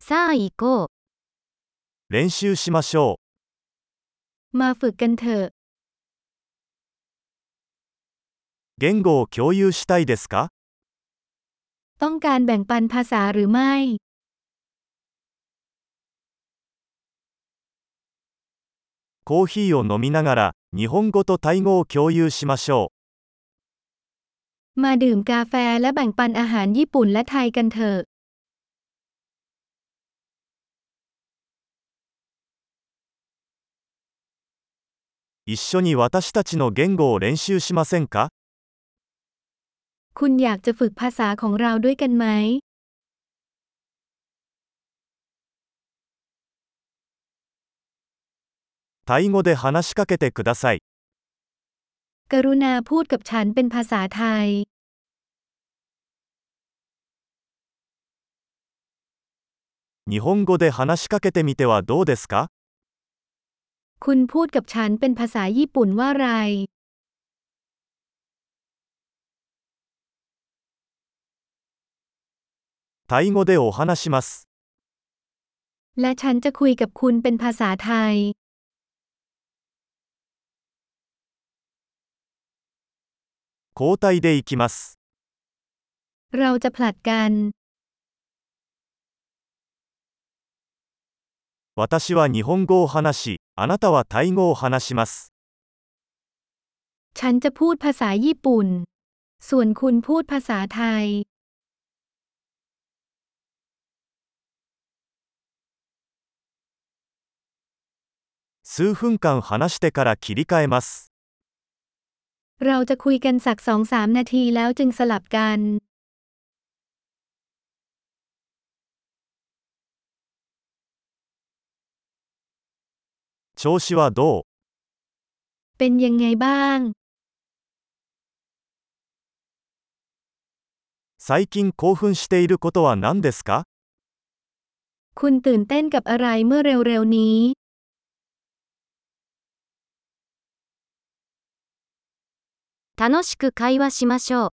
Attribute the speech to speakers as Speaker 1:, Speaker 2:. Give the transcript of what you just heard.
Speaker 1: さあ行こう。
Speaker 2: 練習しましょう。
Speaker 1: มาฝึกกันเถอะ
Speaker 2: 言語を共有したいですか
Speaker 1: ต้องการแบ่งปันภาษาหรือไม่
Speaker 2: コーヒーを飲みながら、日本語とタイ語を共有しましょ
Speaker 1: มาดื่มกาแฟและแบ่งปันอาหารญี่ปุ่นและไทยกันเถอะ
Speaker 2: う。一緒に私たちの言語を練習しませんか
Speaker 1: คุณอยากจะฝึกภาษาของเราด้วยกันไหม
Speaker 2: タイ語で話しかけてください。
Speaker 1: กรุณาพูดกับฉันเป็นภาษาไทย
Speaker 2: 日本語で話しかけてみてはどうですか
Speaker 1: คุณพูดกับฉันเป็นภาษาญี่ปุ่นว่าไร
Speaker 2: タイ語でお話します。
Speaker 1: และฉันจะคุยกับคุณเป็นภาษาไทย
Speaker 2: 交代でいきます。
Speaker 1: เราจะผลัดกัน
Speaker 2: 私は日本語を話し、あなたはタイ語を話します。
Speaker 1: ฉันจะพูดภาษาญี่ปุ่น ส่วนคุณพูดภาษาไทย
Speaker 2: 数分間話してから切り替えます。
Speaker 1: เราจะคุยกันสักสองสามนาทีแล้วจึงสลับกัน
Speaker 2: 調子はどう
Speaker 1: เป็นยังไงบ้าง
Speaker 2: 最近興奮していることは何ですか
Speaker 1: คุณตื่นเต้นกับอะไรเมื่อเร็วๆนี้
Speaker 3: 楽しく会話しましょう。